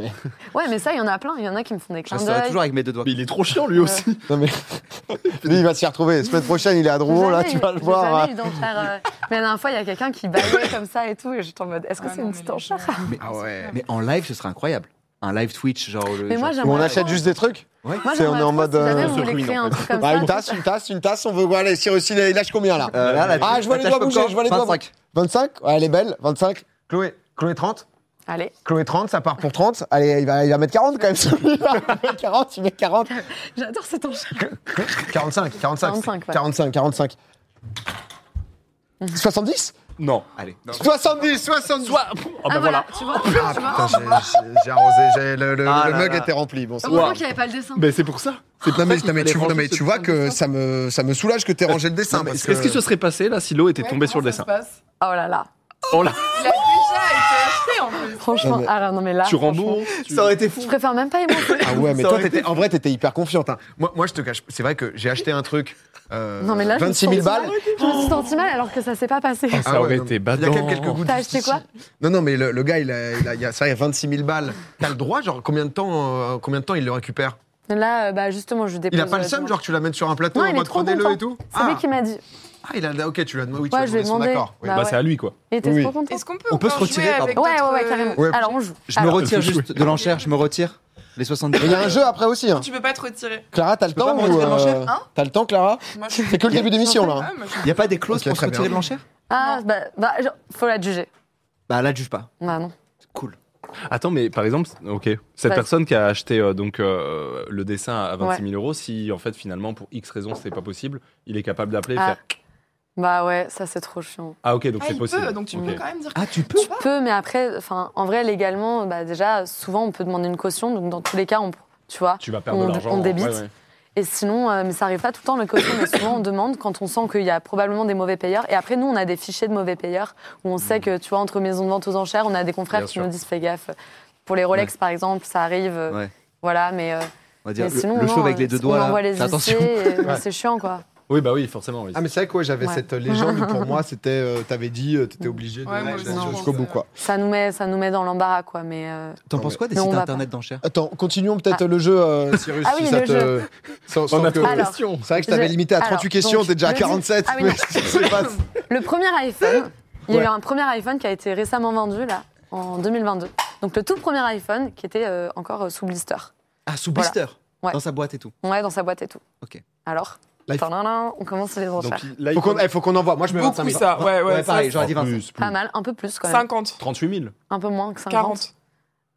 ouais, mais ça, il y en a plein. Il y en a qui me font des Je clins resterai d'œil. toujours avec mes deux doigts. Mais il est trop chiant, lui aussi. Non, mais... Lui, il va s'y retrouver. Semaine prochaine, il est à Drouot, Oh, là, Jamais tu eu- vas le j'ai voir. hein. jamais eu d'enchères, euh, Mais la dernière fois, il y a quelqu'un qui balayait comme ça et tout. Et j'étais en mode, est-ce que Ah c'est non, une mais petite les enchère gens, Mais- Ah ouais. Mais en live, ce serait incroyable. Un live Twitch, genre. le- Mais moi, euh, Où on j'aimerais. achète juste des trucs Ouais. Moi, C'est- on j'aimerais est en trop, mode, Si jamais euh, vous voulez surprise, créer en un fait. truc comme Ah, Bah, ça. Une tasse, une tasse, une tasse, on veut voir les Cyrus, il lâche combien là Euh, là, la- Ah, je vois les la doigts tâche bouger, popcorn, je vois les doigts 25. 25 Ouais, elle est belle, 25. Chloé, Chloé 30 Allez. Chloé 30, ça part Pour 30, allez, il va, il va mettre 40 quand même celui-là. Il met 40, il met 40. J'adore cette enchère. 45, 45. 45, ouais. 45, 45. 70 Non. Allez. 70, 70 Soit. Ah bah voilà. Tu vois, Ah putain, j'ai- j'ai- j'ai arrosé, j'ai- le, le- Ah le là mug là. était rempli. Bon, c'est heureusement bon. qu'il n'y avait pas le dessin. Mais Bah, c'est pour ça. Non mais, non, mais fallait tu, non, ranger mais ce tu vois truc que ça me, ça me soulage que t'aies rangé le dessin. Non, mais parce Qu'est-ce qui que- se serait passé là si l'eau était Ouais, tombée sur le comment ça dessin se passe Oh là là. Oh là Il a déjà été acheté en plus. Franchement, Non, mais- ah là, non, mais là. Tu franchement, rembourses tu- Ça aurait été fou. Je préfère même pas émotionner. Ah ouais, mais Ça toi, aurait été- t'étais- en vrai, t'étais hyper confiante. hein. Moi, moi, je te cache, c'est vrai que j'ai acheté un truc. euh, Non, mais là, je me 26 sens 000 balles. mal. Je me suis sentie mal alors que ça s'est pas passé. Ça Ah ouais, aurait non, été mais badant. Il y a quelques gouttes. T'as acheté quoi Non, non, mais le, le gars, il a, il a, il a- ça, il y a 26 000 balles. T'as le droit, genre, combien de temps, euh, combien de temps il le récupère Là, euh, bah justement, je dépose. Il a pas le euh, seum, demain. genre, que tu l'amènes sur un plateau Non, en il est mode trop prenez-le content. et tout C'est Ah, lui qui m'a dit. ah, il a, ok, tu lui as demandé, oui, Ouais, tu je lui as vais demandé son demander. accord. Oui. Bah Bah, c'est ouais. à lui quoi. Il était Oui. trop content. Est-ce qu'on peut On peut se encore retirer, jouer pardon. avec Ouais, ouais, d'autres, ouais, euh, carrément. Ouais. Alors, on joue. Je me Alors, retire Jouer. juste de l'enchère. Je me retire les 70. Il y a un jeu après aussi. Hein. Tu peux pas te retirer. Clara, t'as le peux pas temps me ou, retirer de l'enchère, euh, hein T'as le temps, Clara Moi, je C'est que le début d'émission là. hein. Ah, moi, je- Il n'y a pas des clauses Ok, pour se très retirer bien. de l'enchère Ah, bah, bah, genre, faut la juger. Bah là, juge pas. Bah non. Cool. Attends, mais par exemple, ok, cette Vas-y. personne qui a acheté euh, donc euh, le dessin à 26 000 euros, si en fait finalement pour X raison c'est pas possible, il est capable d'appeler et Ah. faire Bah ouais, ça c'est trop chiant. ah ok donc Ah, c'est il possible. peut, donc tu Ok. peux quand même dire Ah, tu peux Tu peux, mais après, enfin, en vrai, légalement, bah, déjà, souvent, on peut demander une caution. Donc, dans tous les cas, on, tu vois. Tu vas perdre On- de l'argent. on ouais, débite. ouais. Et sinon, euh, mais ça arrive pas tout le temps, le caution, mais souvent, on demande quand on sent qu'il y a probablement des mauvais payeurs. Et après, nous, on a des fichiers de mauvais payeurs où on Hmm. sait que, tu vois, entre maisons de vente aux enchères, on a des confrères Bien qui sûr. nous disent fais gaffe. Pour les Rolex, par exemple, ça arrive. euh, Ouais. Voilà, mais, euh, On va dire mais le, sinon, le non, euh, chauve avec les deux on doigts. envoie là. les Fais attention. huissiers et- Ouais. mais c'est chiant, quoi. Oui bah oui forcément. oui. Ah, mais c'est vrai que ouais, j'avais Ouais. cette légende. Pour moi, c'était, euh, t'avais dit, euh, t'étais obligé de Ouais, moi aussi, d'aller je jusqu'au pense, bout, ouais. quoi. Ça nous met, ça nous met dans l'embarras, quoi. Mais euh, T'en Non, penses mais- quoi des Non, on sites va internet d'enchères Attends, continuons peut-être le jeu, euh, Cyrus. Ah oui, si ça le te... jeu. sans- sans On a que- trop de Alors, questions. C'est vrai que je t'avais Je- limité à 38 alors, questions, donc, t'es déjà à le- 47. Ah oui, mais non. je sais pas. Le premier iPhone, il y a Ouais. eu un premier iPhone qui a été récemment vendu là en 2022. Donc le tout premier iPhone qui était euh, encore euh, sous blister. Ah, sous Voilà. blister. Ouais. Dans sa boîte et tout. Ouais, dans sa boîte et tout. Ok. Alors, L'iPhone. tadadam, on commence les enchères. Là, il Faut qu'on compte eh, faut qu'on envoie. Moi, je mets 25 beaucoup 000. ça. Ouais, ouais, ça, pareil, j'aurais dit en 25. plus, plus. Pas mal, un peu plus quand même. 50, 38 000. Un peu moins que 50. 40,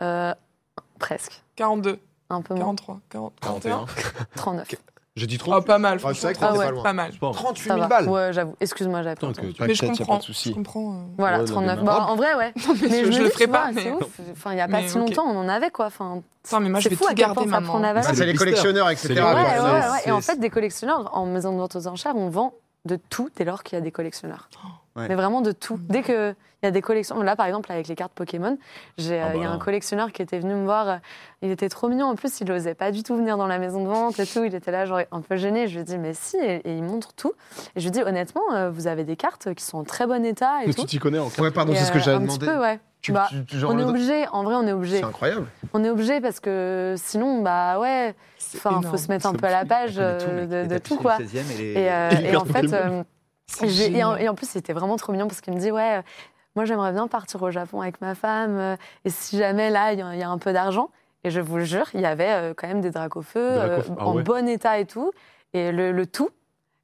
Euh, presque. 42, Un peu moins. 43, 40, 41. 41. 39. J'ai dit trop. Ah, pas mal, Ah, c'est vrai que franchement, t'étais pas, pas mal. Je pense. 38 Ça 000 va. balles. Ouais, j'avoue. Excuse-moi, j'avais pas Tant que- entendu. Mais T'inquiète, je y a comprends, pas de souci. je comprends. euh. Voilà, Ouais, la 39 démarche. balles. En vrai, ouais. Non, mais, Mais je, je, je me le dis, ferai tu pas. vois, c'est mais- ouf. Enfin, il n'y a pas Mais si ok. longtemps, on en avait quoi. Enfin, Putain, mais moi, je c'est vais fou tout à quel garder point ça prend maintenant. la vache. Ah, c'est les blister. collectionneurs, etc. C'est les Ouais, Ah, ouais, bah, ouais, c'est- ouais. c'est- Et en fait, des collectionneurs, en maison de vente aux enchères, on vend de tout dès lors qu'il y a des collectionneurs. Ouais. Mais vraiment de tout. Dès qu'il y a des collections. Là, par exemple, avec les cartes Pokémon, j'ai, euh, Ah il y a bah. un collectionneur qui était venu me voir. euh, Il était trop mignon. En plus, il n'osait pas du tout venir dans la maison de vente et tout. Il était là, genre, un peu gêné. Je lui ai dit, mais si. Et, et il montre tout. Et je lui ai dit, honnêtement, euh, vous avez des cartes qui sont en très bon état et Mais tu tout. t'y connais en Ouais, pardon, Et, c'est ce que euh, j'avais un petit demandé. peu, ouais. Tu- Bah, tu- genre on le- est obligé, en vrai, on est obligé. C'est incroyable. On est obligé parce que sinon, bah ouais, C'est enfin, faut énorme. se mettre un peu à la page euh, de, de tout, quoi. Et, euh, Et les et en cartes fait, Pokémon. euh, C'est j'ai- et, en, génial. et en plus, c'était vraiment trop mignon parce qu'il me dit Ouais, euh, moi j'aimerais bien partir au Japon avec ma femme, euh, et si jamais là, il y, a- il y a un peu d'argent. Et je vous le jure, il y avait euh, quand même des dracofeux euh, Dracofeu, ah en ouais. bon état et tout, et le, le tout.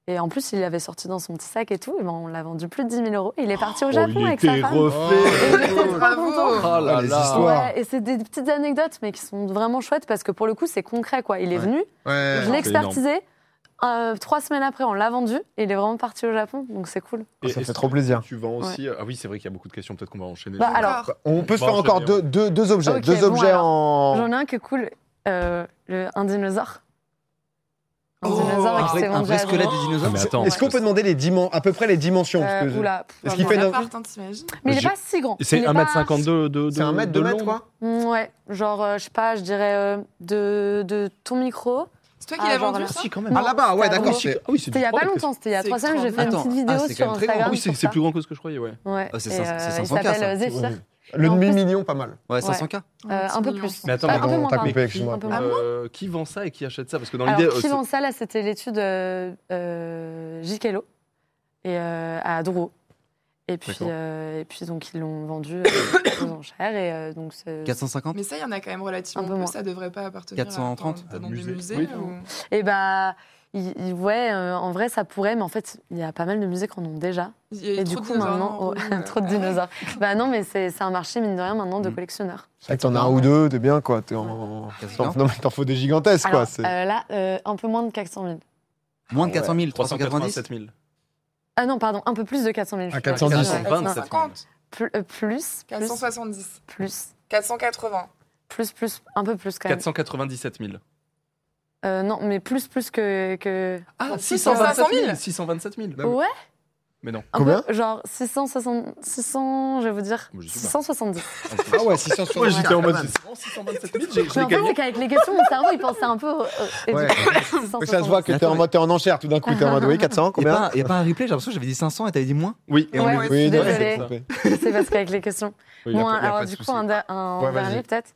Et en plus, il l'avait sorti dans son petit sac et tout, et ben, on l'a vendu plus de 10 000 euros. Et il est parti au Japon Oh, il avec sa était femme. refait. Il était trop Bravo. content. Oh là les là. histoires. Ouais, et c'est des petites anecdotes, mais qui sont vraiment chouettes parce que pour le coup, c'est concret, quoi. Il est Ouais. venu, Ouais. je l'ai expertisé. euh, trois semaines après, on l'a vendu et il est vraiment parti au Japon, donc c'est cool. Et Ça est-ce fait trop plaisir. que Tu vends aussi. Ah oui, c'est vrai qu'il y a beaucoup de questions. Peut-être qu'on va enchaîner. Bah, sur- alors, Encore. On peut se Bon, faire encore c'est deux, bien. deux, deux objets. Ok, deux bon, objets alors. en. J'en ai un qui est cool, euh, le, un dinosaure. Un Oh, dinosaure un qui s'est vrai, un vendu vrai à squelette Londres. de Ah, dinosaure. mais C'est- attends. Est-ce qu'on peut demander les dimen- à peu près les dimensions Euh, parce que- oula, pff, Est-ce non, qu'il non. fait Un nos- appart, hein, t'imagines Mais il est J'ai- pas si grand. C'est Il est 1m50 de, de, de. C'est un mètre, deux mètres, long. quoi pas- Mm, Ouais, genre, euh, je sais pas, je dirais euh, de, de ton micro. C'est toi qui Ah, l'as genre vendu là. ça Si, quand même. Ah Non, là-bas, ouais, c'est à d'accord. Londres. c'est- Ah oui, c'est C'était il y a du- pas oh, longtemps, c'était il y a C'est trois semaines, j'ai fait une extraordinaire. petite Attends, vidéo ah, c'est sur quand même très grand. Instagram. Oui, c'est sur c'est ça. plus grand que ce que je croyais, ouais. Ouais, Oh, c'est et, 500, c'est euh, 500K, Il s'appelle ça. euh, Zephyr. Le en plus- demi-million, pas mal. Ouais, 500K. Euh, un peu petit plus. million. Mais Enfin, attends, mais un peu pardon, moins, t'as pardon. coupé, excuse-moi. Un peu moins. Euh, qui vend ça et qui achète ça Parce que dans l'idée. Alors, euh, qui c'est- vend ça, là, c'était l'étude euh, euh, Gikello et, euh, à Douro. Et puis, D'accord. euh, et puis, donc, ils l'ont vendu euh, aux enchères. Et euh, donc, c'est- 450 Mais ça, il y en a quand même relativement Un peu peu. moins. Ça devrait pas appartenir à- 430, dans, dans musée. des musées. Oui. ou- et bah, il- il- ouais, euh, en vrai, ça pourrait, mais en fait, il y a pas mal de musées qui en ont déjà. Il y a Et, trop du de coup, dinosaures hein, euh. maintenant, en oh, roue, là. trop de dinosaures. bah non, mais c'est c'est un marché, mine de rien, maintenant, de Mm. collectionneurs. C'est vrai que t'en as un ou deux, t'es bien, quoi. T'es en- t'en- 450. Non, mais t'en faut des gigantesques, Alors, quoi. c'est- euh, là, euh, un peu moins de 400 000. Moins de 400 000, 397 397 000. Ah non, pardon, un peu plus de 400 000. je Ah, suis pas- 410. ouais, non, 427 000. 450, pl- euh, Plus, plus, 470, plus. 480. Plus, plus, un peu plus quand même. 497 000. Euh, non, mais plus, plus que. que... Ah, 627 000 000. 627 000. Ah oui. Ouais Mais non. un Combien peu, Genre 660. 600, je vais vous dire. Moi, je sais pas. 670. Ah ouais, 660. Moi j'étais en mode Ouais. 627 000, j'ai- je Mais l'ai en fait, gagné. c'est qu'avec les questions, mon cerveau, il pensait un peu. au- au- et du Ouais. coup, Mais Ça se voit que t'es en mode t'es en enchère tout d'un coup, t'es en mode oui, 400, Il n'y combien a, pas un replay, j'ai l'impression que j'avais dit 500 et t'avais dit moins. Oui, et on Ouais. l'a- Oui, non, Désolée. c'est trompé. C'est parce qu'avec les questions. Oui, y a Bon, pas- y a alors pas de du coup, souci. un, de- un Ouais, vas-y. dernier peut-être.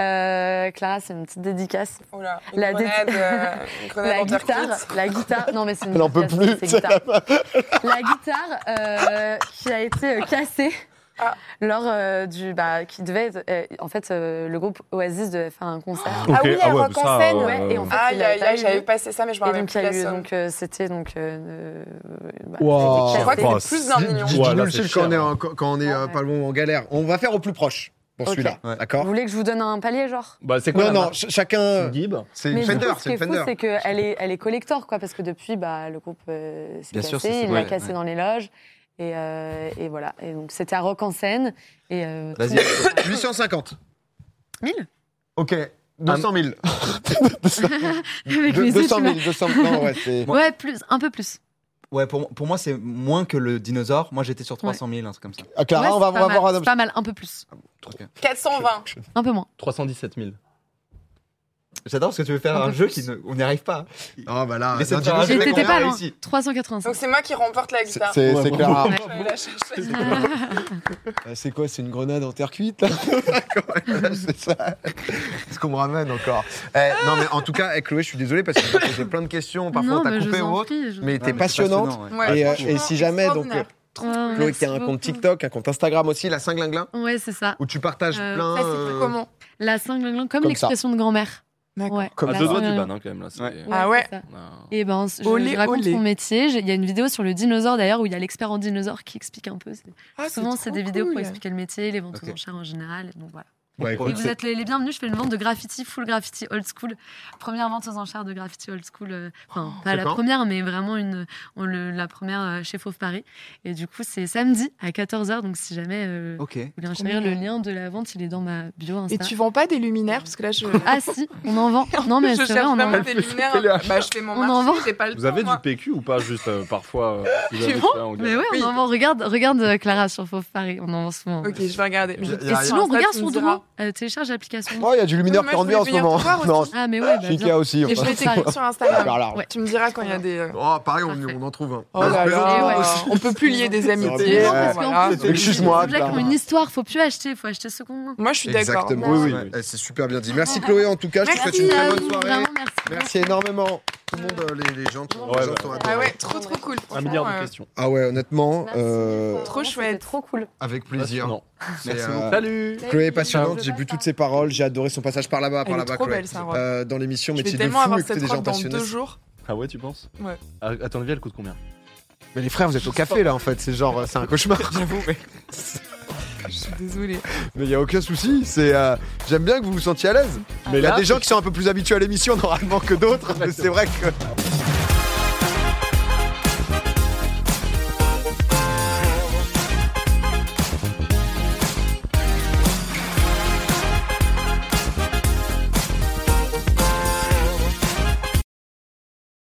Euh, Clara, c'est une petite dédicace. Oh là, une La dé- grenade, euh, une grenade La en terre guitare, cuite. la guitare, non mais c'est une Elle n'en peut dédicace, plus. c'est c'est guitare. La guitare euh, qui a été euh, cassée Ah. lors euh, du. Bah, qui devait être, euh, en fait, euh, le groupe Oasis devait faire un concert. Ok, Ah oui, elle bah, rock en ça, scène, euh, ouais, et en fait, il Aïe, avait aïe, pas aïe, eu j'avais lieu. passé ça, mais je me Et rappelle donc, il plus y la a eu, somme. donc euh, c'était donc. euh, euh, bah, Wow. c'était Je crois cassé. que Oh, c'est plus d'un million. Ouah, là, Dis-nous le c'est chiffre cher, quand on est, hein. en- quand on est euh, Ouais. pas loin ou en galère. On va faire au plus proche pour Ok. celui-là, Ouais. Vous d'accord voulez que je vous donne un palier, genre Bah, c'est quoi Non, la non, marque ch- chacun. Gib C'est Mais une du Fender, coup, ce qui c'est est une fou, Fender. c'est qu'elle est, elle est collector, quoi, parce que depuis, bah, le groupe euh, s'est Bien cassé, sûr, c'est- il l'a ouais, cassé ouais. dans les loges. Et, euh, et voilà. Et donc, c'était à Rock en scène. Et, euh, Vas-y. tout le monde- 850. 1000 Ok. 200 000. Avec Deux- les yeux, 200 tu 000, 200 000. Non, ouais, c'est. Moi- Ouais, plus, un peu plus. Ouais, pour, pour moi, c'est moins que le dinosaure. Moi, j'étais sur 300 000, un truc comme ça. Ah, Clara, Ouais, on va, c'est on pas va mal, voir un c'est pas mal, un peu plus. 420. Un peu moins. 317 000. J'adore parce que tu veux faire Un un, peu jeu plus. qui ne- on n'y arrive pas. Oh, bah là, Laissez non, faire un dis-nous, jeu c'est J'étais combien pas loin. réussi. 385. Donc c'est moi qui remporte la C'est guitare. c'est- Ouais, c'est Clara. bravo. Je vais la chercher. Euh, C'est quoi C'est une grenade en terre cuite là C'est ça. Ce qu'on me ramène encore. Eh, non, mais en tout cas, eh, Chloé, je suis désolé parce que j'ai posé plein de questions. Parfois, on t'a mais je coupé vous ou en autre. prie, je- Mais t'es Non, Ah, mais c'est passionnante. passionnant, ouais. Ouais, Et, euh, franchement, et si jamais, donc, extraordinaire. Ah, Chloé, merci qui a un compte beaucoup. TikTok, un compte Instagram aussi, la cinglinglin, Ouais, c'est ça. où tu partages Euh, plein. Ça, c'est plus euh, comment La cinglingling, comme, Comme l'expression de grand-mère. D'accord. Ouais, Comme À la deux doigts du cinglinglin. ban, hein, quand même. Là, c'est- Ouais. Ah ouais. c'est ça. on a- Et ben, je, je Olé, raconte olé. mon métier. J'ai- Il y a une vidéo sur le dinosaure d'ailleurs où il y a l'expert en dinosaure qui explique un peu. C'est- Ah, Souvent, c'est trop des vidéos pour cool. expliquer le métier, les ventes Ok. aux enchères en général. et Donc voilà. Bah, Et écoute, vous êtes les, les bienvenus, je fais une vente de graffiti, full graffiti old school. Première vente aux enchères de graffiti old school. euh, Enfin, pas c'est la quand première, mais vraiment une, on le- la première euh, chez Fauve Paris. Et du coup, c'est samedi à 14h. Donc, si jamais euh, vous Ok. voulez en chérir, le lien de la vente, il est dans ma bio Insta. Oh, Et tu vends pas des luminaires Parce que là, je. Ah si, on en vend. Non, mais je c'est cherche vrai, on en vraiment vend. des Elle fait- luminaires. elle est à Bah, je fais mon On en marché, vend. j'ai pas le Vous temps, avez moi. du PQ ou pas juste euh, parfois euh, vous avez vends ça en Mais galère ouais, on en vend. Regarde, regarde euh, Clara sur Fauve Paris. On en vend souvent. Ok, je vais regarder. Y a- y a Et rien. sinon, Insta, regarde tu sur me diras. Drouin. euh, télécharge l'application. Oh, il y a du luminaire Moi, qui je en voulais en ce venir moment. te hein. voir aussi. Non, Ah, mais ouais, je bah, suis bien. Ikea aussi. Et je vais Paris. t'écrire sur Par Instagram. là. Ouais. Tu me diras quand il y a des. euh, Ah, Oh, pareil, on, Parfait. on en trouve hein. un. Oh là là, on peut plus lier des amitiés. Non, Non, parce euh, qu'en voilà. plus, C'était les- excuse-moi, les objets qui Clara. ont une histoire, faut plus acheter, faut acheter ce qu'on. Moi, je suis d'accord. bah, Exactement. Oui, Ouais, eh, C'est super bien dit. Merci Chloé, en tout cas. Je te souhaite Merci une à très bonne vous, soirée. vraiment, merci. Merci énormément. Tout le monde, euh, les, les gens, les Ouais, gens bah. sont Ah adorés. ouais, trop trop cool. Un milliard de Franchement, euh, questions. Ah ouais, honnêtement, Merci, euh, Nico. Trop Vraiment, chouette. c'était Trop cool. avec plaisir. Non. C'est, euh, Salut Chloé est Ciao. Bah, passionnante, j'ai bu toutes ses paroles, j'ai adoré son passage par là-bas, par Elle est là-bas, trop Chloé. belle, Sarah. Euh, dans l'émission Je vais Métier de tellement fou, avoir écoutez cette des gens robe dans passionnés. deux jours. Ah ouais, tu penses Ouais. À, à ton avis, Ah, elle coûte combien Mais les frères, vous êtes au café là en fait, c'est genre, euh, c'est un cauchemar. Je suis désolée. Mais il n'y a aucun souci, c'est euh, j'aime bien que vous vous sentiez à l'aise. Mais il y a là, des gens qui sont un peu plus habitués à l'émission normalement que d'autres, mais c'est vrai que